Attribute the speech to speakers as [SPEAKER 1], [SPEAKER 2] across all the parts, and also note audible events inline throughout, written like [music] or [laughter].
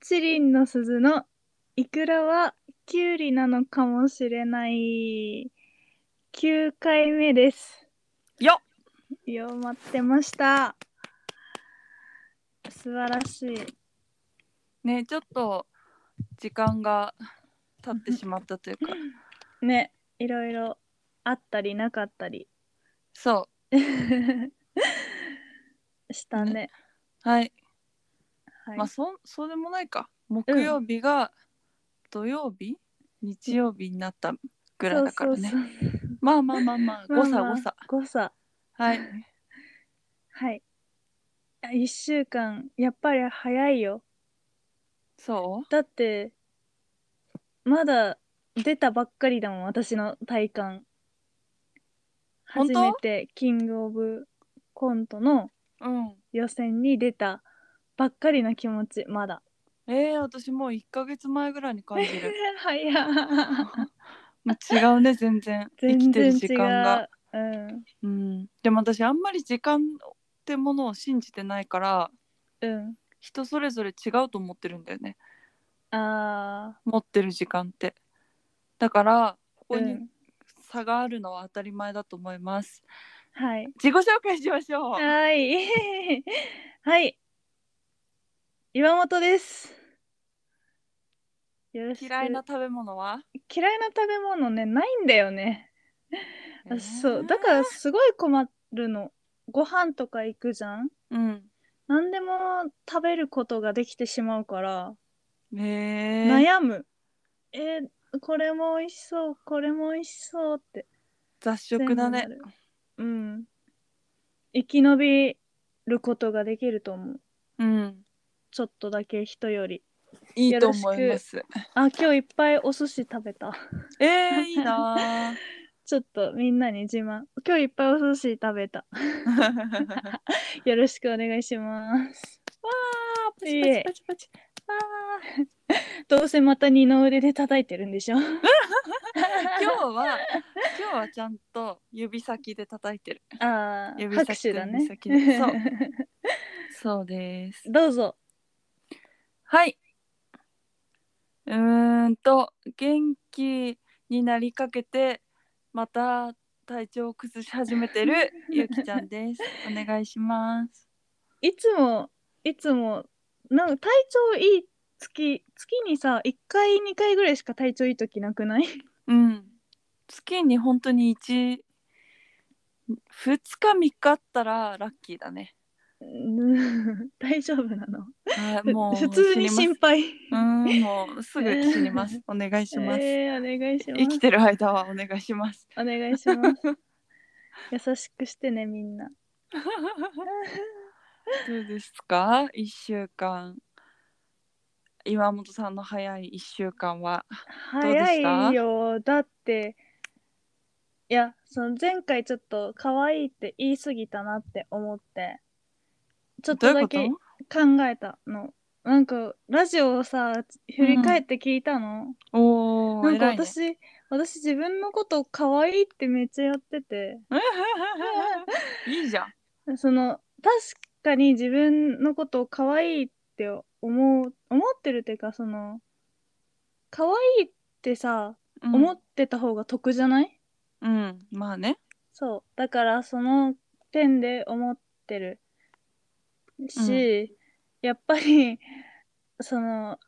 [SPEAKER 1] チリンの鈴のイクラはキュウリなのかもしれない。9回目です。
[SPEAKER 2] よっ
[SPEAKER 1] よう待ってました。素晴らしい。
[SPEAKER 2] ねちょっと時間が経ってしまったというか
[SPEAKER 1] ね、いろいろあったりなかったり [laughs]
[SPEAKER 2] そ
[SPEAKER 1] したね。
[SPEAKER 2] うはい、
[SPEAKER 1] はい
[SPEAKER 2] まあそそうでもないか木曜日が土曜日、日曜日になったぐらいだからね
[SPEAKER 1] そうそうそう
[SPEAKER 2] まあまあまあまあ誤差誤差。
[SPEAKER 1] 誤差。
[SPEAKER 2] はい
[SPEAKER 1] はい。あ1週間、やっぱり早いよ。
[SPEAKER 2] そう
[SPEAKER 1] だって、まだ出たばっかりだもん、私の体感。
[SPEAKER 2] 本
[SPEAKER 1] 初
[SPEAKER 2] 当
[SPEAKER 1] めてキングオブコントの
[SPEAKER 2] うん
[SPEAKER 1] 予選に出たばっかりな気持ち、まだ。
[SPEAKER 2] えー、私もう1ヶ月前ぐらいに感じ
[SPEAKER 1] [laughs]
[SPEAKER 2] る
[SPEAKER 1] 早い
[SPEAKER 2] もう違うね全然生き
[SPEAKER 1] 全
[SPEAKER 2] て
[SPEAKER 1] 然
[SPEAKER 2] る
[SPEAKER 1] 違う。
[SPEAKER 2] 時間が
[SPEAKER 1] うん。
[SPEAKER 2] うんでも私あんまり時間ってものを信じてないから
[SPEAKER 1] うん。
[SPEAKER 2] 人それぞれ違うと思ってるんだよね
[SPEAKER 1] あ
[SPEAKER 2] 持ってる時間ってだからこ
[SPEAKER 1] ー
[SPEAKER 2] こ
[SPEAKER 1] う
[SPEAKER 2] に
[SPEAKER 1] ん
[SPEAKER 2] 差があるのは当たり前だと思います、
[SPEAKER 1] はい。
[SPEAKER 2] 自己紹介しましょう
[SPEAKER 1] はい。 [laughs] はい。岩本です。よろしく
[SPEAKER 2] 嫌いな食べ物は、
[SPEAKER 1] 嫌いな食べ物ね、ないんだよね。
[SPEAKER 2] えー
[SPEAKER 1] そう。だからすごい困るの。ご飯とか行くじゃん
[SPEAKER 2] うん
[SPEAKER 1] 何でも食べることができてしまうから、
[SPEAKER 2] えー、
[SPEAKER 1] 悩む。えーこれも美味しそう、これも美味しそうって。
[SPEAKER 2] 雑食だね
[SPEAKER 1] 全部なる。うん。生き延びることができると思う。
[SPEAKER 2] うん
[SPEAKER 1] ちょっとだけ人より。
[SPEAKER 2] いいと思います
[SPEAKER 1] あ、今日いっぱいお寿司食べた。
[SPEAKER 2] えー、いいな
[SPEAKER 1] ちょっとみんなに自慢。今日いっぱいお寿司食べた。
[SPEAKER 2] ー
[SPEAKER 1] よろしくお願いします。
[SPEAKER 2] あパチパチパチパチ。あ
[SPEAKER 1] どうせまた二の腕で叩いてるんでしょ
[SPEAKER 2] ー今日は今日はちゃんと指先で叩いてる。
[SPEAKER 1] あー
[SPEAKER 2] 指先
[SPEAKER 1] 拍手だね
[SPEAKER 2] 指先でそ。そうです。
[SPEAKER 1] [laughs] どうぞ。
[SPEAKER 2] はい。うーんと元気になりかけてまた体調を崩し始めて
[SPEAKER 1] [laughs]
[SPEAKER 2] るゆきちゃんです。お願いします。
[SPEAKER 1] いつもいつもなんか体調いい月月にさ1回2回ぐらいしか体調いい時なくない [laughs]
[SPEAKER 2] うん。月に本当に一2日3日あったらラッキーだね。
[SPEAKER 1] うん大丈夫なの
[SPEAKER 2] あーも
[SPEAKER 1] [laughs]
[SPEAKER 2] う
[SPEAKER 1] 普通に
[SPEAKER 2] 死に
[SPEAKER 1] 心
[SPEAKER 2] ます
[SPEAKER 1] 配。
[SPEAKER 2] うーん、もうすぐ死に
[SPEAKER 1] [laughs]
[SPEAKER 2] ます。お願いします。
[SPEAKER 1] えーお願いします
[SPEAKER 2] 生。きてる間はお願いします。
[SPEAKER 1] お願いします。 [laughs] 優しくしてねみんな。 [laughs]
[SPEAKER 2] どうですか一週間。岩本さんの早い一週間は。うでした
[SPEAKER 1] 早いよだっていやその前回ちょっと可愛いって言い過ぎたなって思ってちょっとだ
[SPEAKER 2] どう
[SPEAKER 1] け
[SPEAKER 2] いう
[SPEAKER 1] 考
[SPEAKER 2] こ
[SPEAKER 1] えたのなんかラジオをさ振り返って聞いたの、
[SPEAKER 2] とお
[SPEAKER 1] な
[SPEAKER 2] ー、
[SPEAKER 1] んか
[SPEAKER 2] 偉いね。
[SPEAKER 1] 私、私自分のこと可愛いってめっちゃやってて
[SPEAKER 2] [laughs] いいじゃん。
[SPEAKER 1] その確かに自分のことを可愛いって思う思ってるっていうかその可愛いってさ、
[SPEAKER 2] うん
[SPEAKER 1] 思ってた方が得じゃない
[SPEAKER 2] うん、まあね。
[SPEAKER 1] そうだからその点で思ってるし、やっぱりその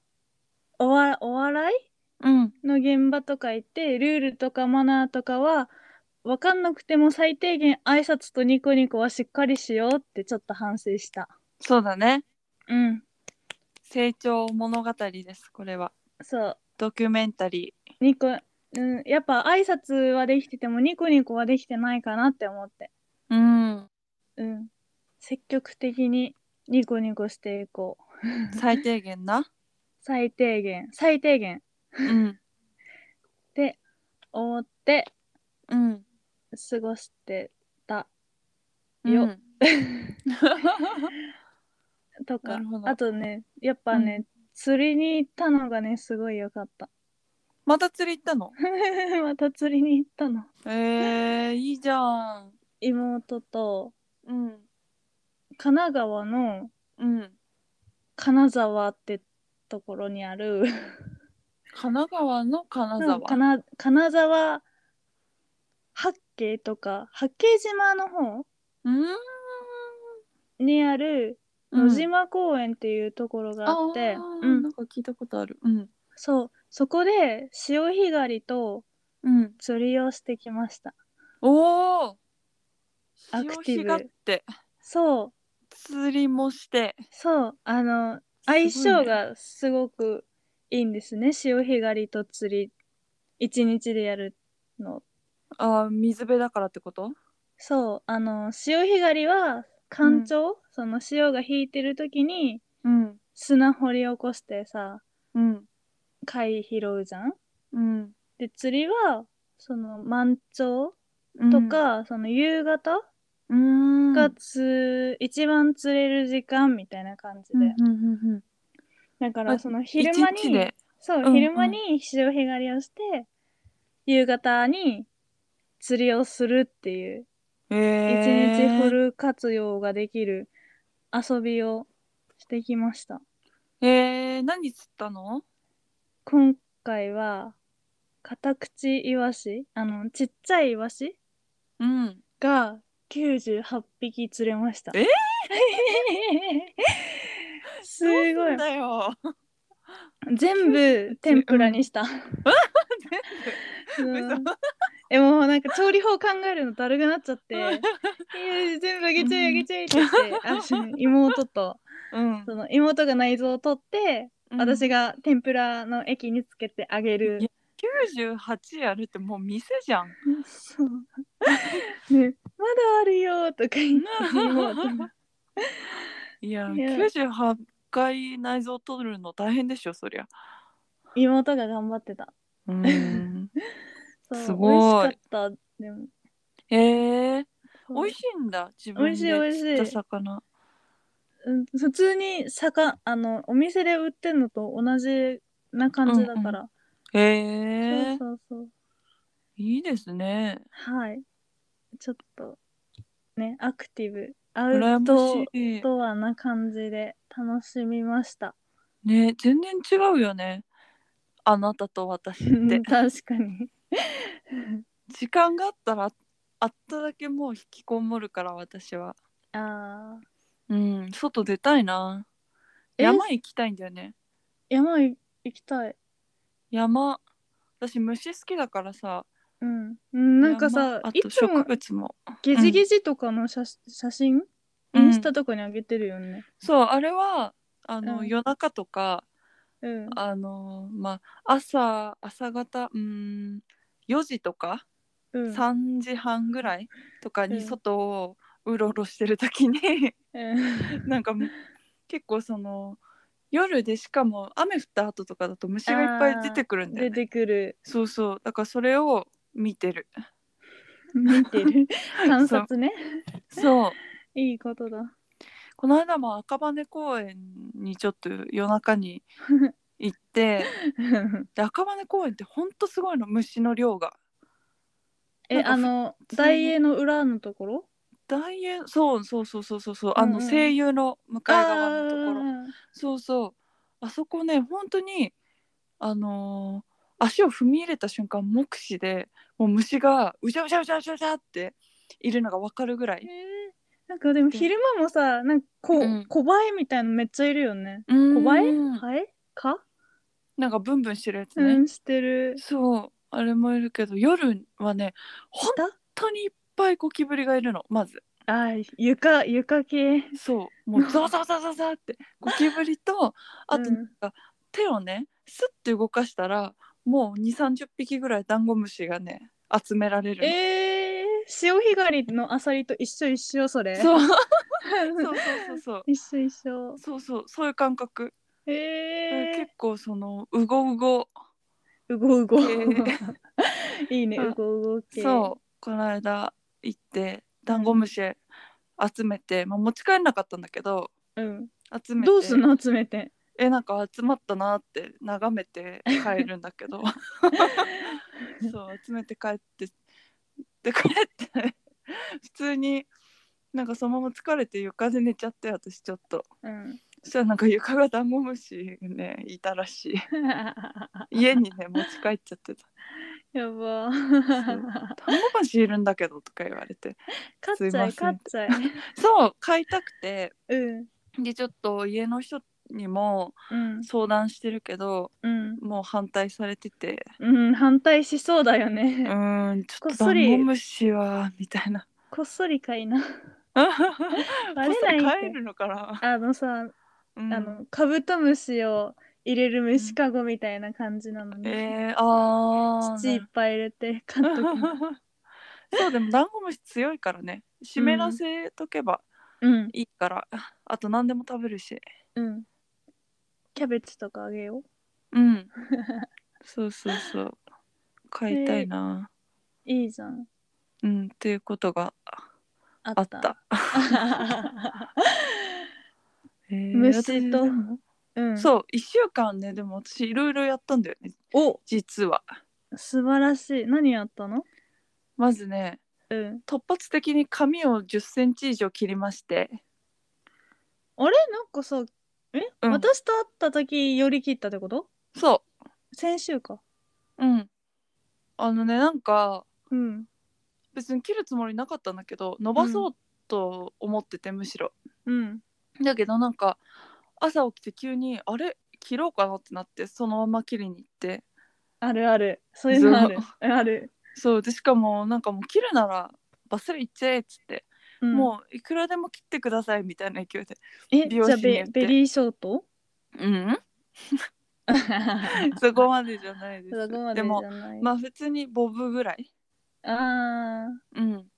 [SPEAKER 1] おわお笑
[SPEAKER 2] うん。
[SPEAKER 1] いの現場とか行ってルールとかマナーとかは分かんなくても最低限挨拶とニコニコはしっかりしようってちょっと反省した
[SPEAKER 2] そうだね。
[SPEAKER 1] うん
[SPEAKER 2] 成長物語です、これは。
[SPEAKER 1] そう
[SPEAKER 2] ドキュメンタリ
[SPEAKER 1] ニコ、うん、やっぱ挨拶はできててもニコニコはできてないかなって思って
[SPEAKER 2] ー。うん。
[SPEAKER 1] うん積極的にニコニコしていこう
[SPEAKER 2] 最低限
[SPEAKER 1] [laughs]
[SPEAKER 2] な。
[SPEAKER 1] 最低限最低限
[SPEAKER 2] うん。
[SPEAKER 1] 思って
[SPEAKER 2] うん。
[SPEAKER 1] 過ごしてた
[SPEAKER 2] う
[SPEAKER 1] よ
[SPEAKER 2] ん。
[SPEAKER 1] と
[SPEAKER 2] な
[SPEAKER 1] か
[SPEAKER 2] るほど
[SPEAKER 1] あとねやっぱね、釣りに行ったのがねすごい良かった
[SPEAKER 2] [laughs]
[SPEAKER 1] [laughs]
[SPEAKER 2] また釣り行ったの
[SPEAKER 1] また釣りに行ったの
[SPEAKER 2] えー、いいじゃん。
[SPEAKER 1] 妹と
[SPEAKER 2] うん。
[SPEAKER 1] 神奈川の
[SPEAKER 2] うん。
[SPEAKER 1] 金沢ってところにある
[SPEAKER 2] 神奈川の金
[SPEAKER 1] な
[SPEAKER 2] 沢
[SPEAKER 1] んかな金沢八景とか八景島の方
[SPEAKER 2] うーん
[SPEAKER 1] にある
[SPEAKER 2] うん
[SPEAKER 1] 野島公園っていうところがあって、
[SPEAKER 2] ー
[SPEAKER 1] うん
[SPEAKER 2] なんか聞いたことあるうん
[SPEAKER 1] そうそこで潮干狩りと
[SPEAKER 2] うん
[SPEAKER 1] 釣りをしてきました
[SPEAKER 2] おお
[SPEAKER 1] アクティブ
[SPEAKER 2] って
[SPEAKER 1] そう
[SPEAKER 2] 釣りもして
[SPEAKER 1] そうあの相性がすごくいいんですね潮干狩りと釣り一日でやるの
[SPEAKER 2] あー水辺だからってこと
[SPEAKER 1] そうあの潮干狩りは干潮、その潮が引いてる時に
[SPEAKER 2] うん
[SPEAKER 1] 砂掘り起こしてさ
[SPEAKER 2] うん
[SPEAKER 1] 貝拾うじゃん
[SPEAKER 2] うん
[SPEAKER 1] で釣りはその満潮とか、その夕方
[SPEAKER 2] うん
[SPEAKER 1] がつ、一番釣れる時間みたいな感じで、
[SPEAKER 2] うんうんうんうん
[SPEAKER 1] だか
[SPEAKER 2] あ
[SPEAKER 1] らその昼間
[SPEAKER 2] 一日
[SPEAKER 1] に
[SPEAKER 2] で
[SPEAKER 1] そう、
[SPEAKER 2] うんうん
[SPEAKER 1] 昼間に潮干狩りをして夕方に釣りをするっていう
[SPEAKER 2] 一
[SPEAKER 1] 一、日フル活用ができる遊びをしてきました
[SPEAKER 2] えー、何釣ったの
[SPEAKER 1] 今回はカタクチイワシあのちっちゃいイワシ
[SPEAKER 2] うん
[SPEAKER 1] が98匹釣れました
[SPEAKER 2] え
[SPEAKER 1] [laughs] すごい
[SPEAKER 2] だよ
[SPEAKER 1] 全部天ぷらに
[SPEAKER 2] [laughs]
[SPEAKER 1] した。 [laughs] そう
[SPEAKER 2] 嘘
[SPEAKER 1] えもうなんか調理法考えるのだるくなっちゃって「いや全部あげちゃえあげちゃえ」って言って
[SPEAKER 2] [laughs]
[SPEAKER 1] あの妹と
[SPEAKER 2] うん
[SPEAKER 1] その妹が内臓を取って、私
[SPEAKER 2] が
[SPEAKER 1] が天ぷらの液につけてあげる
[SPEAKER 2] いや98やるってもう店じゃん
[SPEAKER 1] [laughs] そうね「まだあるよ」とか言って妹
[SPEAKER 2] いや
[SPEAKER 1] いや
[SPEAKER 2] 98回内臓取るの大変でしょそりゃ
[SPEAKER 1] 妹が頑張ってた
[SPEAKER 2] うん
[SPEAKER 1] そう
[SPEAKER 2] すご
[SPEAKER 1] 美
[SPEAKER 2] い
[SPEAKER 1] 味しかったでも
[SPEAKER 2] えー、
[SPEAKER 1] そう
[SPEAKER 2] 美味しいんだ自分で
[SPEAKER 1] 美味しい美
[SPEAKER 2] 釣っ
[SPEAKER 1] 味
[SPEAKER 2] た
[SPEAKER 1] しい
[SPEAKER 2] 魚
[SPEAKER 1] うん普通に魚あのお店で売ってんのと同じな感じだから、
[SPEAKER 2] えー、
[SPEAKER 1] そうそう
[SPEAKER 2] いいですね
[SPEAKER 1] そうはいちょっとねアクティブア
[SPEAKER 2] 羨
[SPEAKER 1] ウ
[SPEAKER 2] ま
[SPEAKER 1] ト
[SPEAKER 2] しい
[SPEAKER 1] ドアな感じで楽しみました
[SPEAKER 2] ね全然違うよねあなたと私っ
[SPEAKER 1] [laughs]
[SPEAKER 2] て
[SPEAKER 1] 確かに
[SPEAKER 2] 時間があったらあっただけもう引きこもるから私は
[SPEAKER 1] あー
[SPEAKER 2] うん外出たいな
[SPEAKER 1] え
[SPEAKER 2] 山行きたいんだよね
[SPEAKER 1] 山い行きたい
[SPEAKER 2] 山私虫好きだからさ
[SPEAKER 1] うんうんなんかさ
[SPEAKER 2] 山あ
[SPEAKER 1] い
[SPEAKER 2] と
[SPEAKER 1] つ
[SPEAKER 2] 植
[SPEAKER 1] も
[SPEAKER 2] 物も
[SPEAKER 1] ゲジゲジとかの写写真、
[SPEAKER 2] うん
[SPEAKER 1] インスタとかにあげてるよね
[SPEAKER 2] そうあれはあの、
[SPEAKER 1] うん
[SPEAKER 2] 夜中とか
[SPEAKER 1] うん
[SPEAKER 2] あのまあ朝朝方うん4時とか、
[SPEAKER 1] うん
[SPEAKER 2] 3時半ぐらいとか
[SPEAKER 1] うん
[SPEAKER 2] に外をうろうろしてる時に
[SPEAKER 1] うん
[SPEAKER 2] なんか結構その夜でしかも雨降った後とかだと虫がいっぱい出てくるんだよ
[SPEAKER 1] 出
[SPEAKER 2] ね
[SPEAKER 1] てくる
[SPEAKER 2] そうそうだからそれを見てる
[SPEAKER 1] 見て
[SPEAKER 2] [laughs]
[SPEAKER 1] る観察ね
[SPEAKER 2] そう
[SPEAKER 1] いいことだ
[SPEAKER 2] [laughs] この間も赤羽公園にちょっと夜中に
[SPEAKER 1] [laughs]
[SPEAKER 2] 行ってで赤羽公園ってほんとすごいの虫の量が
[SPEAKER 1] え
[SPEAKER 2] なんか
[SPEAKER 1] あの
[SPEAKER 2] 普通に
[SPEAKER 1] 大英の裏のところ
[SPEAKER 2] 大円そうそうそうそうそうそうあ
[SPEAKER 1] うん
[SPEAKER 2] の
[SPEAKER 1] うん
[SPEAKER 2] 声優の向かい側のところ、
[SPEAKER 1] あ
[SPEAKER 2] そうそうあそこね本当にあのー足を踏み入れた瞬間目視でもう虫がうじゃうじゃうじゃうじゃうじゃっているのが分かるぐら
[SPEAKER 1] ーへ
[SPEAKER 2] い
[SPEAKER 1] ーなんかでも昼間もさなんかこ、う
[SPEAKER 2] うん
[SPEAKER 1] 小映えみたいのめっちゃいるよね
[SPEAKER 2] う
[SPEAKER 1] 小
[SPEAKER 2] ん
[SPEAKER 1] 映えハエか、
[SPEAKER 2] なんかブンブンしてるやつ
[SPEAKER 1] う
[SPEAKER 2] ね、
[SPEAKER 1] んしてる
[SPEAKER 2] そうあれもいるけど夜はね本
[SPEAKER 1] た
[SPEAKER 2] 当にいっぱいゴキブリがいるのまず
[SPEAKER 1] あー床床系
[SPEAKER 2] そうもうザワザワザワザワザワってゴキブリとあと
[SPEAKER 1] うん
[SPEAKER 2] 手をねスッて動かしたらもう2 3 0匹ぐらいダンゴムシがね集められるの
[SPEAKER 1] えー、潮干狩りのアサリと一緒一緒それ
[SPEAKER 2] そうそう
[SPEAKER 1] う
[SPEAKER 2] そうそう
[SPEAKER 1] 一緒一緒
[SPEAKER 2] そうそうそうそういう感覚、
[SPEAKER 1] え
[SPEAKER 2] 結構そのうごうご、
[SPEAKER 1] ー、うごうご
[SPEAKER 2] ー
[SPEAKER 1] [laughs] いいね
[SPEAKER 2] あ
[SPEAKER 1] うごうご系
[SPEAKER 2] そうこの間行ってダンゴムシ集めて、まあ、持ち帰んなかったんだけど
[SPEAKER 1] う、うん、
[SPEAKER 2] 集めて
[SPEAKER 1] どうすんの集めて
[SPEAKER 2] えなんか集まったなって眺めて帰るんだけどそう集めて帰ってで帰って普通になんかそのまま疲れて床で寝ちゃって私ちょっと [laughs]
[SPEAKER 1] うん
[SPEAKER 2] そしたらなんか床がダンゴムシねいたらしい家にね持ち帰っちゃってた
[SPEAKER 1] やば
[SPEAKER 2] [laughs] 「ダンゴムシいるんだけど」とか言われて
[SPEAKER 1] 勝っちゃい
[SPEAKER 2] すいませ
[SPEAKER 1] 勝
[SPEAKER 2] ん
[SPEAKER 1] っちゃい
[SPEAKER 2] そう飼いたくて
[SPEAKER 1] うん
[SPEAKER 2] でちょっと家の人にも
[SPEAKER 1] うん
[SPEAKER 2] 相談してるけど
[SPEAKER 1] うん
[SPEAKER 2] もう反対されてて
[SPEAKER 1] うん反対しそうだよ
[SPEAKER 2] う
[SPEAKER 1] ね
[SPEAKER 2] ーんちょっと
[SPEAKER 1] こっそ
[SPEAKER 2] ダ
[SPEAKER 1] り
[SPEAKER 2] ンゴムシはみたいな
[SPEAKER 1] こっそりかい
[SPEAKER 2] [laughs]
[SPEAKER 1] なバ
[SPEAKER 2] バ
[SPEAKER 1] レないって
[SPEAKER 2] 帰るのかな、
[SPEAKER 1] あのさ
[SPEAKER 2] うん
[SPEAKER 1] あのカブトムシを入れる虫かごみたいな感じなのね、
[SPEAKER 2] えー、あー
[SPEAKER 1] 土いっぱい入れて飼っとく
[SPEAKER 2] [laughs]
[SPEAKER 1] の
[SPEAKER 2] そうでもダンゴムシ強いからね湿らせとけば
[SPEAKER 1] うん
[SPEAKER 2] いいから、あと何でも食べるし
[SPEAKER 1] うんキャベツとかあげよう
[SPEAKER 2] うんそうそうそう飼いたいな、
[SPEAKER 1] いいじゃん
[SPEAKER 2] うんっていうことが
[SPEAKER 1] あ
[SPEAKER 2] あっ
[SPEAKER 1] った [laughs]
[SPEAKER 2] た、えー
[SPEAKER 1] 虫と
[SPEAKER 2] 私でも
[SPEAKER 1] うんう
[SPEAKER 2] そう1週間ねでも私いろいろやったんだよね
[SPEAKER 1] お
[SPEAKER 2] 実は
[SPEAKER 1] 素晴らしい何やったの
[SPEAKER 2] まずね
[SPEAKER 1] うん
[SPEAKER 2] 突発的に髪を1 0ンチ以上切りまして
[SPEAKER 1] あれなんかさえ、
[SPEAKER 2] うん
[SPEAKER 1] 私と会った時寄り切ったってこと
[SPEAKER 2] そ
[SPEAKER 1] 先週か
[SPEAKER 2] ううんあのねなんか
[SPEAKER 1] うん
[SPEAKER 2] 別に切るつもりなかったんだけど伸ばそうと思ってて、むしろ
[SPEAKER 1] うん
[SPEAKER 2] だけどなんか朝起きて急にあれ切ろうかなってなってそのまま切りに行って
[SPEAKER 1] あるあるそういうのある
[SPEAKER 2] そう
[SPEAKER 1] うんある、
[SPEAKER 2] そうでしかもなんかもう切るならバッサリいっちゃえっつって、
[SPEAKER 1] うん、
[SPEAKER 2] もういくらでも切ってくださいみたいな勢いで
[SPEAKER 1] え
[SPEAKER 2] 美
[SPEAKER 1] じ
[SPEAKER 2] 容
[SPEAKER 1] ゃあ
[SPEAKER 2] 師に
[SPEAKER 1] ベ
[SPEAKER 2] 言って
[SPEAKER 1] ベリーショー
[SPEAKER 2] [laughs]
[SPEAKER 1] ト
[SPEAKER 2] うんそこまでじゃないです
[SPEAKER 1] そこまで
[SPEAKER 2] で
[SPEAKER 1] じ
[SPEAKER 2] も
[SPEAKER 1] ゃない
[SPEAKER 2] まあ普通にボブぐらい
[SPEAKER 1] あ
[SPEAKER 2] うん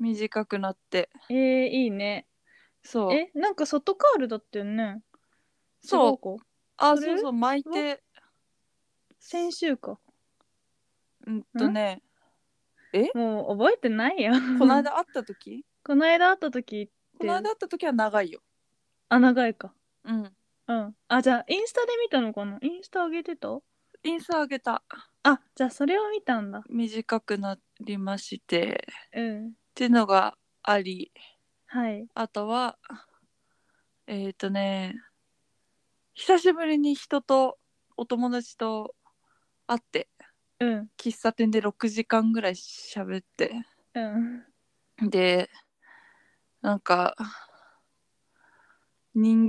[SPEAKER 2] 短くなって
[SPEAKER 1] ーえー、いいね
[SPEAKER 2] そう
[SPEAKER 1] えなんか外カールだったよね
[SPEAKER 2] そう
[SPEAKER 1] う
[SPEAKER 2] あ
[SPEAKER 1] それ
[SPEAKER 2] そうそう巻いて
[SPEAKER 1] 先週か
[SPEAKER 2] うんとね
[SPEAKER 1] もう覚えてないよ
[SPEAKER 2] この間会った時
[SPEAKER 1] [laughs] この間会った時って
[SPEAKER 2] この間会った時は長いよ
[SPEAKER 1] あ長いか
[SPEAKER 2] うん
[SPEAKER 1] うんあじゃあインスタで見たのかなインスタ上げてた
[SPEAKER 2] インスタ上げた
[SPEAKER 1] あじゃあそれを見たんだ
[SPEAKER 2] 短くなりましてっ
[SPEAKER 1] うん
[SPEAKER 2] ていうのがあり
[SPEAKER 1] はい
[SPEAKER 2] あとはえっ、ー、とね久しぶりに人とお友達と会って
[SPEAKER 1] うん
[SPEAKER 2] 喫茶店で6時間ぐらい喋って
[SPEAKER 1] うん
[SPEAKER 2] でなんか人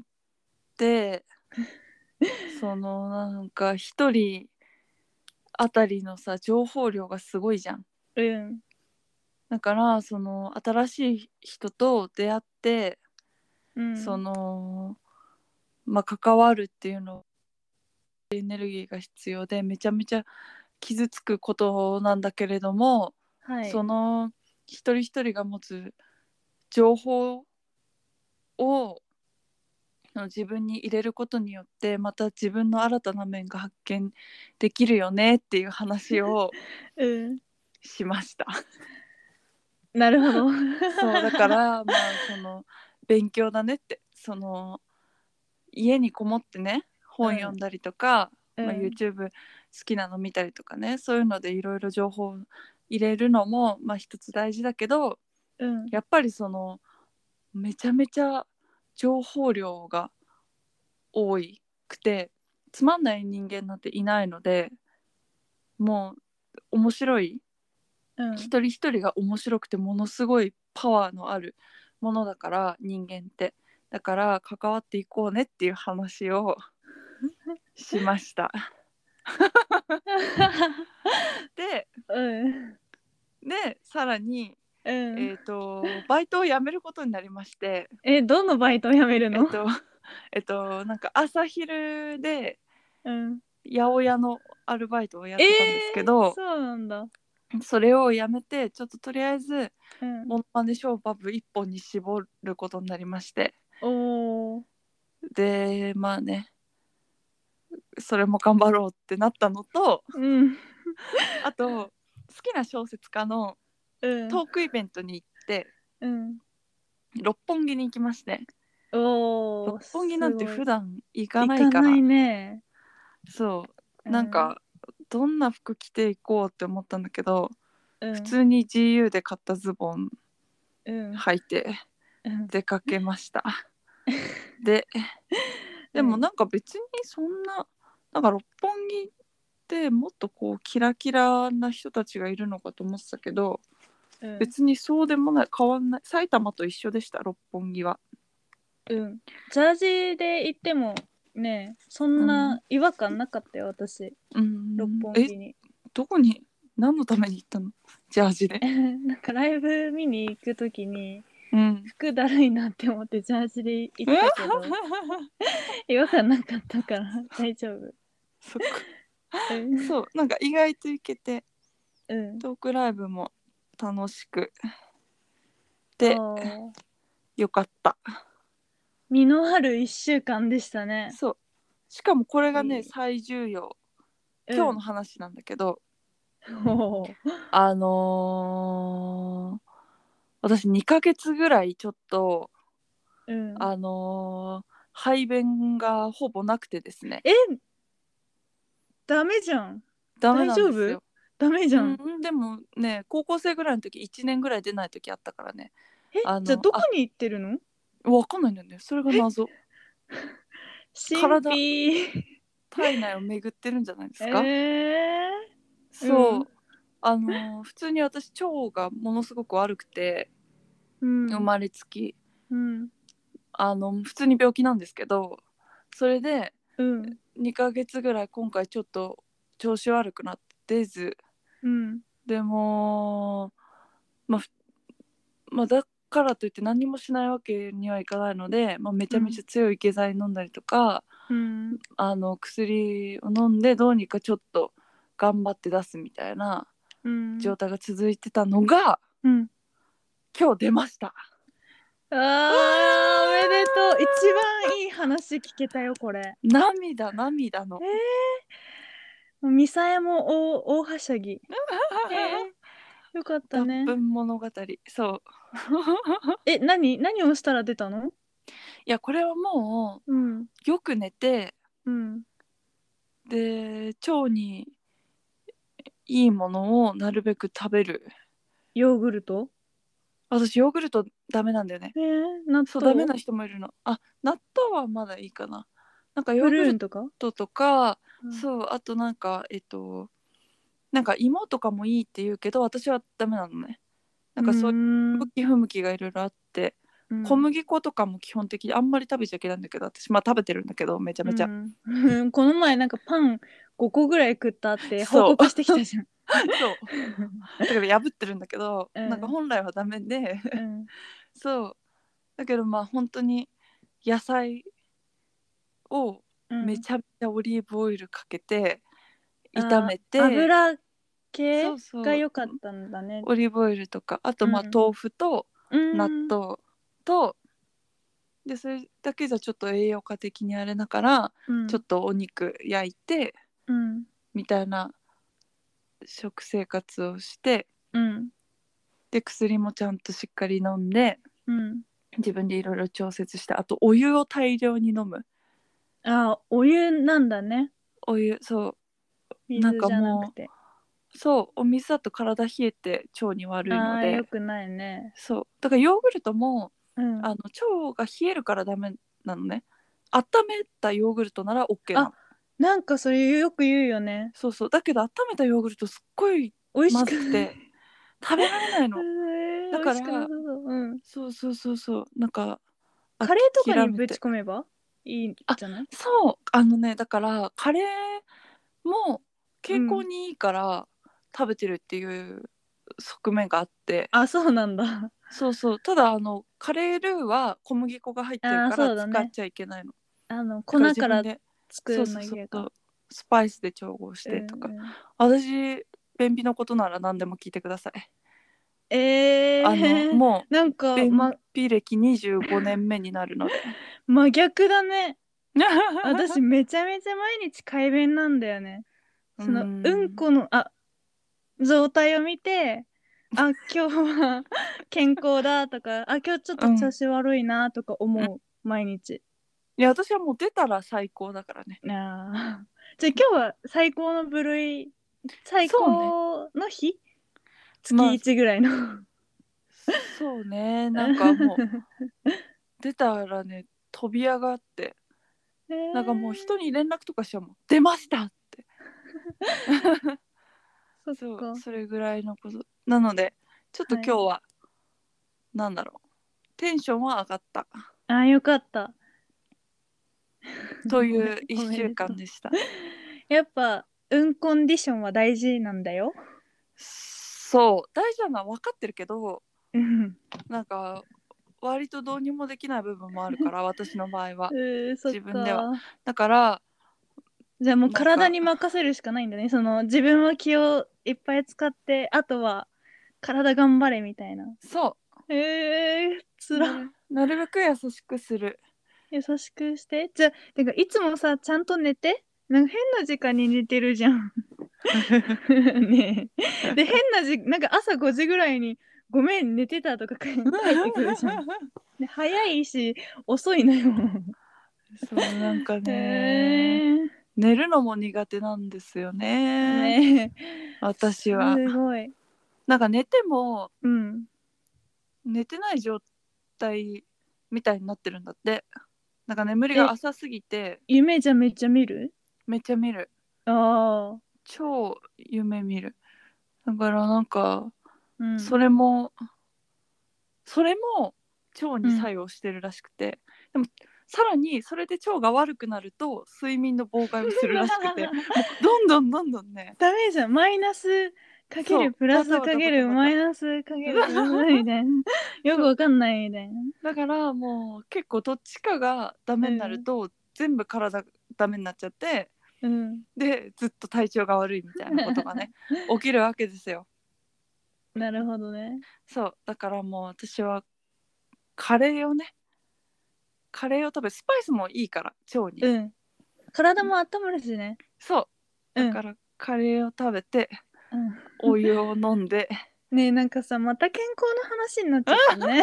[SPEAKER 1] [laughs]
[SPEAKER 2] ってそのなんか一人あたりのさ情報量がすごいじゃん。
[SPEAKER 1] うん
[SPEAKER 2] だからその新しい人と出会って、
[SPEAKER 1] うん
[SPEAKER 2] そのまあ関わるっていうのエネルギーが必要でめちゃめちゃ傷つくことなんだけれども、
[SPEAKER 1] はい
[SPEAKER 2] その一人一人が持つ情報をの自分に入れることによってまた自分の新たな面が発見できるよねっていう話を
[SPEAKER 1] うん
[SPEAKER 2] しました。
[SPEAKER 1] なるほ
[SPEAKER 2] [laughs]
[SPEAKER 1] ど
[SPEAKER 2] そうだからまあその勉強だねってその家にこもってね本読んだりとか、
[SPEAKER 1] うん
[SPEAKER 2] まあ、YouTube 好きなの見たりとかねそういうのでいろいろ情報を入れるのも、まあ、一つ大事だけど
[SPEAKER 1] うん
[SPEAKER 2] やっぱりそのめちゃめちゃ情報量が多いくてつまんない人間なんていないのでもう面白い
[SPEAKER 1] うん
[SPEAKER 2] 一人一人が面白くてものすごいパワーのあるものだから人間ってだから関わっていこうねっていう
[SPEAKER 1] [laughs]
[SPEAKER 2] 話をしました。で
[SPEAKER 1] うん
[SPEAKER 2] でさらに、
[SPEAKER 1] うん
[SPEAKER 2] えー、とバイトを辞めることになりまして。
[SPEAKER 1] えどのバイトを辞める
[SPEAKER 2] えっ
[SPEAKER 1] の
[SPEAKER 2] と、 [laughs] えっと、なんか朝昼で
[SPEAKER 1] うん
[SPEAKER 2] 八百屋のアルバイトをやってたんですけど、
[SPEAKER 1] そうなんだ
[SPEAKER 2] それをやめてちょっととりあえず
[SPEAKER 1] うん
[SPEAKER 2] モノマネショーパブ一本に絞ることになりまして
[SPEAKER 1] おー
[SPEAKER 2] でまあねそれも頑張ろうってなったのと
[SPEAKER 1] うん
[SPEAKER 2] あと好きな小説家の
[SPEAKER 1] うん
[SPEAKER 2] トークイベントに行って
[SPEAKER 1] うん
[SPEAKER 2] 六本木に行きまして
[SPEAKER 1] おー
[SPEAKER 2] 六本木なんて
[SPEAKER 1] すごい
[SPEAKER 2] 普段行か
[SPEAKER 1] 行
[SPEAKER 2] ないか
[SPEAKER 1] からないね
[SPEAKER 2] そう
[SPEAKER 1] う
[SPEAKER 2] なんか、どんな服着ていこうって思ったんだけど、
[SPEAKER 1] 普
[SPEAKER 2] 普通に GU で買ったズボン
[SPEAKER 1] うん
[SPEAKER 2] 履いて
[SPEAKER 1] うん [laughs]
[SPEAKER 2] 出かけました。ででもなんか別にそんななんか六本木ってもっとこうキラキラな人たちがいるのかと思ってたけど
[SPEAKER 1] うん
[SPEAKER 2] 別にそうでもない変わんない埼玉と一緒でした六本木は。
[SPEAKER 1] うんジャージで行ってもねそんな違和感なかったよ私
[SPEAKER 2] うん
[SPEAKER 1] 六本
[SPEAKER 2] え
[SPEAKER 1] 木に
[SPEAKER 2] どこに何のために行ったのジャージで。
[SPEAKER 1] [laughs] なんかライブ見に行く時に [laughs]
[SPEAKER 2] うん、
[SPEAKER 1] 服だるいなって思ってジャージで行ったけど違和感なかったから大丈夫
[SPEAKER 2] そっか
[SPEAKER 1] うん
[SPEAKER 2] そうなんか意外といけて
[SPEAKER 1] うん
[SPEAKER 2] トークライブも楽しくで
[SPEAKER 1] あー
[SPEAKER 2] よかった
[SPEAKER 1] 実のある1週間でしたね
[SPEAKER 2] そうしかもこれがね、
[SPEAKER 1] いい
[SPEAKER 2] 最重要 [laughs] 今日の話なんだけど、
[SPEAKER 1] うんおー
[SPEAKER 2] あのー私2ヶ月ぐらいちょっと
[SPEAKER 1] うん
[SPEAKER 2] あのー排便がほぼなくてですね
[SPEAKER 1] えダメじゃん
[SPEAKER 2] ダメなんです
[SPEAKER 1] 大丈
[SPEAKER 2] よ
[SPEAKER 1] 夫ダメじゃん、
[SPEAKER 2] うん、でもね高校生ぐらいの時1年ぐらい出ない時あったからね
[SPEAKER 1] え
[SPEAKER 2] あの
[SPEAKER 1] じゃあどこに行ってるの
[SPEAKER 2] わかんないんだよねそれが謎
[SPEAKER 1] 神
[SPEAKER 2] 体
[SPEAKER 1] 秘
[SPEAKER 2] 体内を巡ってるんじゃないです
[SPEAKER 1] え
[SPEAKER 2] か、
[SPEAKER 1] ー、
[SPEAKER 2] そう、
[SPEAKER 1] うん
[SPEAKER 2] あのー普通に私腸がものすごく悪くて
[SPEAKER 1] うん
[SPEAKER 2] 生まれつき
[SPEAKER 1] うん
[SPEAKER 2] あの普通に病気なんですけどそれで
[SPEAKER 1] うん
[SPEAKER 2] 2ヶ月ぐらい今回ちょっと調子悪くなって出ず
[SPEAKER 1] うん
[SPEAKER 2] でもまあ、ふまあ、だからといって何もしないわけにはいかないので、まあ、めちゃめちゃ強い下剤飲んだりとか、
[SPEAKER 1] うん
[SPEAKER 2] あの薬を飲んでどうにかちょっと頑張って出すみたいな
[SPEAKER 1] うん
[SPEAKER 2] 状態が続いてたのが
[SPEAKER 1] うん
[SPEAKER 2] 今日出ました。
[SPEAKER 1] あーおめでとう一番いい話聞けたよこれ
[SPEAKER 2] 涙涙の
[SPEAKER 1] えもうミサエも大大はしゃぎ、えー、よかった
[SPEAKER 2] 脱
[SPEAKER 1] ね
[SPEAKER 2] 粉物語そう
[SPEAKER 1] え何何をしたら出たの
[SPEAKER 2] いやこれはも
[SPEAKER 1] うん
[SPEAKER 2] うよく寝て
[SPEAKER 1] うん
[SPEAKER 2] で腸にいいものをなるべく食べる
[SPEAKER 1] ヨーグルト
[SPEAKER 2] 私ヨーグルトダメなんだよね
[SPEAKER 1] えー、納豆
[SPEAKER 2] そうダメな人もいるのあ納豆はまだいいかななんかヨー
[SPEAKER 1] プ
[SPEAKER 2] グ
[SPEAKER 1] ルー
[SPEAKER 2] ル
[SPEAKER 1] ンとか、
[SPEAKER 2] トとか
[SPEAKER 1] うん
[SPEAKER 2] そうあとなんかえっとなんか芋とかもいいって言うけど私はダメなのねなんかそういう
[SPEAKER 1] ーん
[SPEAKER 2] 向き不向きがいろいろあって
[SPEAKER 1] うん
[SPEAKER 2] 小麦粉とかも基本的にあんまり食べちゃいけないんだけど私まあ食べてるんだけどめちゃめちゃ、
[SPEAKER 1] うん、 [laughs] この前なんかパン5個ぐらい食ったって
[SPEAKER 2] そう
[SPEAKER 1] 報告してきたじゃ
[SPEAKER 2] [laughs]
[SPEAKER 1] ん。
[SPEAKER 2] そうだから破ってるんだけど、
[SPEAKER 1] うん
[SPEAKER 2] なんか本来はダ
[SPEAKER 1] [laughs]
[SPEAKER 2] メで
[SPEAKER 1] うん
[SPEAKER 2] そうだけどまあ本当に野菜を
[SPEAKER 1] うん
[SPEAKER 2] めちゃめちゃオリーブオイルかけて
[SPEAKER 1] あー
[SPEAKER 2] 炒めて、
[SPEAKER 1] 油系
[SPEAKER 2] そうそう
[SPEAKER 1] が良かったんだね。
[SPEAKER 2] オリーブオイルとかあとまあ
[SPEAKER 1] うん
[SPEAKER 2] 豆腐と
[SPEAKER 1] うん
[SPEAKER 2] 納豆と、でそれだけじゃちょっと栄養価的にあれだから、
[SPEAKER 1] うん
[SPEAKER 2] ちょっとお肉焼いて
[SPEAKER 1] うん
[SPEAKER 2] みたいな食生活をして
[SPEAKER 1] うん
[SPEAKER 2] で薬もちゃんとしっかり飲んで
[SPEAKER 1] うん
[SPEAKER 2] 自分でいろいろ調節してあとお湯を大量に飲む
[SPEAKER 1] あーお湯なんだね。
[SPEAKER 2] お湯そな
[SPEAKER 1] 水
[SPEAKER 2] んか
[SPEAKER 1] じゃなくて。
[SPEAKER 2] うそうお水だと体冷えて腸に悪い
[SPEAKER 1] あ
[SPEAKER 2] の
[SPEAKER 1] あ
[SPEAKER 2] で
[SPEAKER 1] よくないね。
[SPEAKER 2] そうだからヨーグルトも
[SPEAKER 1] うん、
[SPEAKER 2] あの腸が冷えるからダメなのね温めたヨーグルトなら OK なの
[SPEAKER 1] なんかそれよく言うよね。
[SPEAKER 2] そうそうだけど温めたヨーグルトすっごい
[SPEAKER 1] 美味し
[SPEAKER 2] ま
[SPEAKER 1] く
[SPEAKER 2] ず
[SPEAKER 1] [laughs]
[SPEAKER 2] くて食べられないの
[SPEAKER 1] えー
[SPEAKER 2] だから
[SPEAKER 1] 美味しくなさそううん、
[SPEAKER 2] そうそうそうそうなんかあ
[SPEAKER 1] カレーとか
[SPEAKER 2] 諦
[SPEAKER 1] に
[SPEAKER 2] め
[SPEAKER 1] ぶ
[SPEAKER 2] て
[SPEAKER 1] ち込めばいいんじゃない
[SPEAKER 2] そうあのねだからカレーも健康にいいから食べてるっていう側面があって、
[SPEAKER 1] あそうなんだ。
[SPEAKER 2] そうそうただあのカレールーは小麦粉が入ってる
[SPEAKER 1] あー
[SPEAKER 2] か
[SPEAKER 1] そう
[SPEAKER 2] ら
[SPEAKER 1] だね
[SPEAKER 2] 使っちゃいけないの、
[SPEAKER 1] あの粉
[SPEAKER 2] だら
[SPEAKER 1] から
[SPEAKER 2] 自分で
[SPEAKER 1] 作る
[SPEAKER 2] そ
[SPEAKER 1] の
[SPEAKER 2] うそうそう
[SPEAKER 1] 家が。
[SPEAKER 2] スパイスで調合してとか、
[SPEAKER 1] うんうん
[SPEAKER 2] 私便秘のことなら何でも聞いてください、
[SPEAKER 1] えー、
[SPEAKER 2] あのも
[SPEAKER 1] なん
[SPEAKER 2] う
[SPEAKER 1] か、
[SPEAKER 2] 便
[SPEAKER 1] ま、
[SPEAKER 2] 秘歴25年目になるので
[SPEAKER 1] 真逆だね [laughs] 私めちゃめちゃ毎日改便なんだよねその
[SPEAKER 2] う
[SPEAKER 1] うんんこのあ状態を見て
[SPEAKER 2] [laughs]
[SPEAKER 1] あ今日は健康だとかあ今日ちょっと調子悪いなとか思う、毎日
[SPEAKER 2] いや私はもう出たら最高だからね
[SPEAKER 1] あーじゃあ今日は最高の部類最高の日、月
[SPEAKER 2] まあ
[SPEAKER 1] 1ぐらいの、 [laughs]
[SPEAKER 2] そうねなんかもう出たらね止飛び上がって
[SPEAKER 1] な
[SPEAKER 2] なんかもう人に連絡とかしちゃうもん「出ました!」って
[SPEAKER 1] そっ
[SPEAKER 2] そ
[SPEAKER 1] か
[SPEAKER 2] うそれぐらいのことなのでちょっと今日は、なんだろうテンションは上がった
[SPEAKER 1] あーよかった
[SPEAKER 2] という
[SPEAKER 1] [laughs] ごめん
[SPEAKER 2] 1週間でした
[SPEAKER 1] やっぱ運コンディションは大事なんだよ
[SPEAKER 2] そう大事なのは分かってるけど
[SPEAKER 1] うん
[SPEAKER 2] なんか割とどうにもできない部分もある
[SPEAKER 1] [laughs]
[SPEAKER 2] から私の場合は
[SPEAKER 1] そっか
[SPEAKER 2] 自分ではだから
[SPEAKER 1] じゃあもう
[SPEAKER 2] なんか
[SPEAKER 1] 体に任せるしかないんだねその自分は気をいっぱい使ってあとは体頑張れみたいな
[SPEAKER 2] そ
[SPEAKER 1] えー、
[SPEAKER 2] う
[SPEAKER 1] つら
[SPEAKER 2] なるなるべく優しくする
[SPEAKER 1] 優しくしてじゃあてかいつもさちゃんと寝てなんか変な時間に寝てるじゃ
[SPEAKER 2] [laughs]
[SPEAKER 1] んねえで変な時なんか朝5時ぐらいに「ごめん寝てた」とか帰ってくるじ [laughs]
[SPEAKER 2] [laughs]
[SPEAKER 1] ゃんで早いし遅いのよ
[SPEAKER 2] そうなんかね、
[SPEAKER 1] へえ
[SPEAKER 2] 寝るのも苦手なんですよね
[SPEAKER 1] ね
[SPEAKER 2] 私
[SPEAKER 1] え
[SPEAKER 2] は
[SPEAKER 1] すごい
[SPEAKER 2] なんか寝ても
[SPEAKER 1] うん
[SPEAKER 2] 寝てない状態みたいになってるんだってなんか眠りが浅すぎて
[SPEAKER 1] 夢じゃめっちゃ見る
[SPEAKER 2] めっちゃ見る
[SPEAKER 1] ああ
[SPEAKER 2] 超夢見るだからなんか
[SPEAKER 1] うん
[SPEAKER 2] それも、それも腸に作用してるらしくて、でもさらにそれで腸が悪くなると睡眠の妨害をするらしく
[SPEAKER 1] [laughs]
[SPEAKER 2] てもうどんどんどんどんね
[SPEAKER 1] ダメじゃんマイナスかけ
[SPEAKER 2] そう
[SPEAKER 1] るプラス
[SPEAKER 2] わざわざ
[SPEAKER 1] かける
[SPEAKER 2] わざわざ
[SPEAKER 1] マイナスか
[SPEAKER 2] [laughs]
[SPEAKER 1] けるプラスみたいなよくわかんないみたいな
[SPEAKER 2] だからもう結構どっちかがダメになると、全部体がダメになっちゃって
[SPEAKER 1] うん
[SPEAKER 2] でずっと体調が悪いみたいなことがね
[SPEAKER 1] [laughs]
[SPEAKER 2] 起きるわけですよ
[SPEAKER 1] なるほどね
[SPEAKER 2] そうだからもう私はカレーをねカレーを食べスパイスもいいから腸に、
[SPEAKER 1] うん体も温まるしね
[SPEAKER 2] そう
[SPEAKER 1] う
[SPEAKER 2] だ
[SPEAKER 1] ん
[SPEAKER 2] からカレーを食べて
[SPEAKER 1] うん
[SPEAKER 2] お湯を飲んで [laughs]
[SPEAKER 1] ねえなんかさまた健康の話になっちゃったね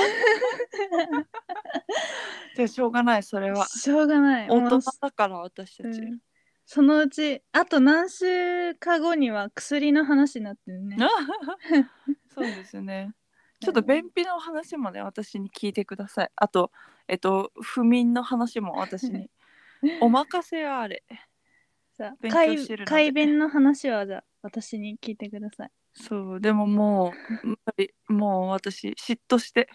[SPEAKER 2] でしょうがないそれは
[SPEAKER 1] [laughs] しょうがない
[SPEAKER 2] 大
[SPEAKER 1] も
[SPEAKER 2] 人
[SPEAKER 1] う
[SPEAKER 2] だから私たち、
[SPEAKER 1] うんそのうちあと何週か後には薬の話になってるね
[SPEAKER 2] [laughs] そうですねちょっと便秘の話もね私に聞いてくださいあとえっと不眠の話も私
[SPEAKER 1] [laughs]
[SPEAKER 2] にお任せあれ
[SPEAKER 1] さ
[SPEAKER 2] 勉強してるので
[SPEAKER 1] 改便の話はじゃあ私に聞いてください
[SPEAKER 2] そうでももう無理もう私嫉妬して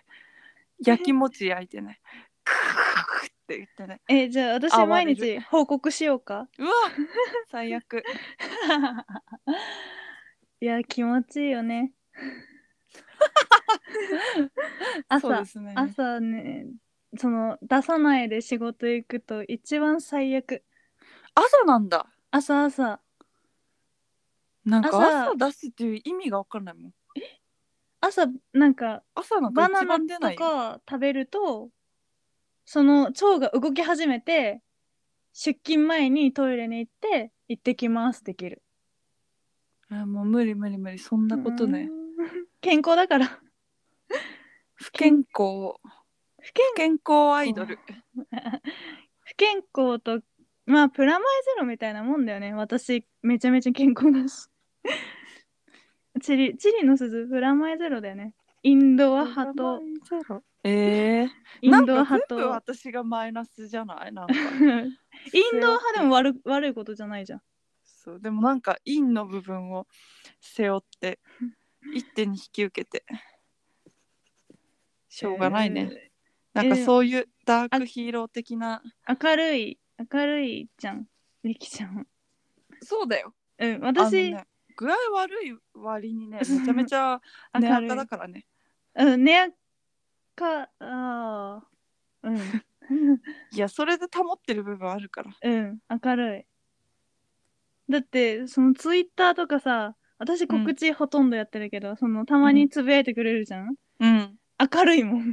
[SPEAKER 2] 焼きもち焼いてねクーって言ってね
[SPEAKER 1] えじゃあ私
[SPEAKER 2] あ
[SPEAKER 1] 毎
[SPEAKER 2] 割
[SPEAKER 1] 日報告しようか
[SPEAKER 2] うわ最悪
[SPEAKER 1] いや気持ちいいよ
[SPEAKER 2] [laughs]
[SPEAKER 1] ね
[SPEAKER 2] そう
[SPEAKER 1] 朝
[SPEAKER 2] ですね
[SPEAKER 1] 朝ねその出さないで仕事行くと一番最悪
[SPEAKER 2] 朝なんだ
[SPEAKER 1] 朝朝
[SPEAKER 2] なんか
[SPEAKER 1] 朝
[SPEAKER 2] 朝出すっていう意味が分かんないもん
[SPEAKER 1] 朝なんか
[SPEAKER 2] 朝なんか
[SPEAKER 1] バ
[SPEAKER 2] 一
[SPEAKER 1] ナ
[SPEAKER 2] 番出
[SPEAKER 1] ナ
[SPEAKER 2] ない
[SPEAKER 1] と
[SPEAKER 2] よ
[SPEAKER 1] か食べるとその腸が動き始めて出勤前にトイレに行って行ってきますできる
[SPEAKER 2] あもう無理無理無理そんなことね
[SPEAKER 1] うん健康だから
[SPEAKER 2] 不健康
[SPEAKER 1] 不健
[SPEAKER 2] 不健康アイドル
[SPEAKER 1] 不健康とまあプラマイゼロみたいなもんだよね私めちゃめちゃ健康だしチリチリの鈴プラマイゼロだよねインドア派と
[SPEAKER 2] え
[SPEAKER 1] イ
[SPEAKER 2] ー、
[SPEAKER 1] ン
[SPEAKER 2] な
[SPEAKER 1] ド
[SPEAKER 2] ん
[SPEAKER 1] ア
[SPEAKER 2] か
[SPEAKER 1] 派
[SPEAKER 2] 全部
[SPEAKER 1] と
[SPEAKER 2] 私がマイナスじゃないなんか
[SPEAKER 1] インドア派でも悪悪いことじゃないじゃん
[SPEAKER 2] そうでもなんか陰の部分を背負って一手に引き受けてしょうがないね、なんかそういうダークヒーロー的な、
[SPEAKER 1] 明るい明るいじゃんリキちゃん
[SPEAKER 2] そうだよ
[SPEAKER 1] うん
[SPEAKER 2] あ
[SPEAKER 1] 私、
[SPEAKER 2] のね具合悪い割にねめちゃめちゃ寝
[SPEAKER 1] 明る
[SPEAKER 2] 垢
[SPEAKER 1] い
[SPEAKER 2] だからね
[SPEAKER 1] うんねやかあー
[SPEAKER 2] [laughs]
[SPEAKER 1] うん
[SPEAKER 2] いやそれで保ってる部分あるから
[SPEAKER 1] うん、明るい。だって、そのツイッターとかさ、私告知ほとんどやってるけど、そのたまにつぶやいてくれるじゃん、
[SPEAKER 2] うん
[SPEAKER 1] 明るいも
[SPEAKER 2] [laughs]
[SPEAKER 1] ん。なん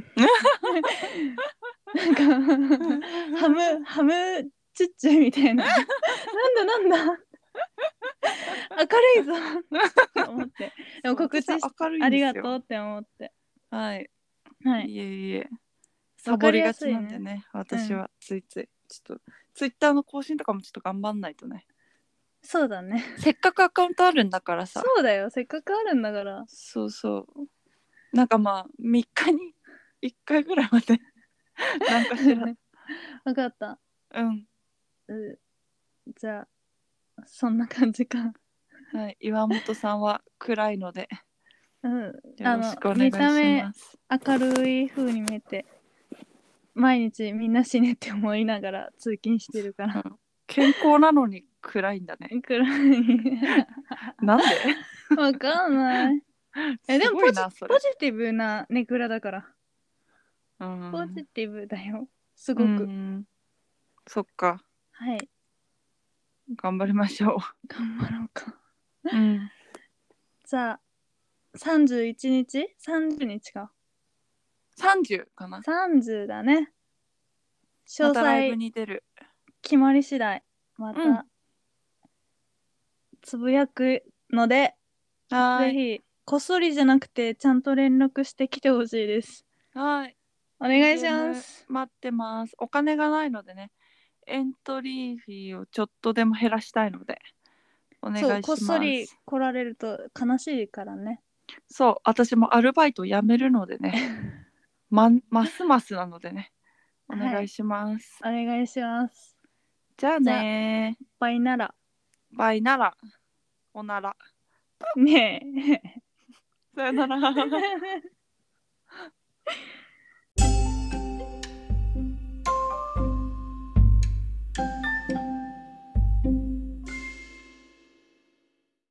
[SPEAKER 1] か、ハム、ハムチッチュみたいな。なんだなんだ明るいぞって思って。でも告知し
[SPEAKER 2] 明るいんですよ
[SPEAKER 1] ありがとうって思って。
[SPEAKER 2] はい、、
[SPEAKER 1] はいい。
[SPEAKER 2] えいえサ
[SPEAKER 1] わ
[SPEAKER 2] ボ
[SPEAKER 1] かり
[SPEAKER 2] り
[SPEAKER 1] や
[SPEAKER 2] が
[SPEAKER 1] す
[SPEAKER 2] ち
[SPEAKER 1] いね
[SPEAKER 2] なんでね私はついついちょっとツイッターの更新とかもちょっと頑張んないとね
[SPEAKER 1] そうだね。
[SPEAKER 2] せっかくアカウントあるんだから
[SPEAKER 1] そ
[SPEAKER 2] さ
[SPEAKER 1] うだよ。せっかくあるんだから。
[SPEAKER 2] そうそうなんかまあ3日に1回ぐらいまでなんかしら
[SPEAKER 1] 分かった。
[SPEAKER 2] うん。
[SPEAKER 1] うじゃあ、そんな感じか。 [laughs]
[SPEAKER 2] はい、岩本さんは暗いので、
[SPEAKER 1] うん。
[SPEAKER 2] よろしくお願いし
[SPEAKER 1] あの見た
[SPEAKER 2] ます。
[SPEAKER 1] 明るい風に見えて、毎日みんな死ねって思いながら通勤してるから。
[SPEAKER 2] 健康なのに暗いんだね。
[SPEAKER 1] 暗
[SPEAKER 2] なんで
[SPEAKER 1] い。わかんない。 [laughs] えでも
[SPEAKER 2] [laughs] すごいなそ
[SPEAKER 1] ポ
[SPEAKER 2] れ
[SPEAKER 1] ジティブなネクラだから。
[SPEAKER 2] うん
[SPEAKER 1] ポジティブだよ。すごく。
[SPEAKER 2] うんそっか、
[SPEAKER 1] はい。
[SPEAKER 2] 頑張りましょ
[SPEAKER 1] 頑張ろうか。
[SPEAKER 2] う。うん、
[SPEAKER 1] じゃあ、31日 ?30 日か。
[SPEAKER 2] 30かな。
[SPEAKER 1] 30だね。詳
[SPEAKER 2] またライ
[SPEAKER 1] 細
[SPEAKER 2] ブに出る。
[SPEAKER 1] 決まり次第、また、
[SPEAKER 2] うん
[SPEAKER 1] つぶやくので、
[SPEAKER 2] は
[SPEAKER 1] ぜ
[SPEAKER 2] ーい。
[SPEAKER 1] ひ、こっそりじゃなくて、ちゃんと連絡してきてほしいです。
[SPEAKER 2] はい。
[SPEAKER 1] お願いします。
[SPEAKER 2] 待ってます。お金がないのでね、エントリーフィーをちょっとでも減らしたいので、お願いし
[SPEAKER 1] そ
[SPEAKER 2] ま
[SPEAKER 1] う、
[SPEAKER 2] す。
[SPEAKER 1] こっそり来られると悲しいからね。
[SPEAKER 2] そう、私もアルバイトを辞めるのでね、まんますますなのでね、お願いします。
[SPEAKER 1] お願いします。
[SPEAKER 2] じゃあね
[SPEAKER 1] バイなら。
[SPEAKER 2] バイなら、おなら。
[SPEAKER 1] ねえ。 [laughs]
[SPEAKER 2] さよなら。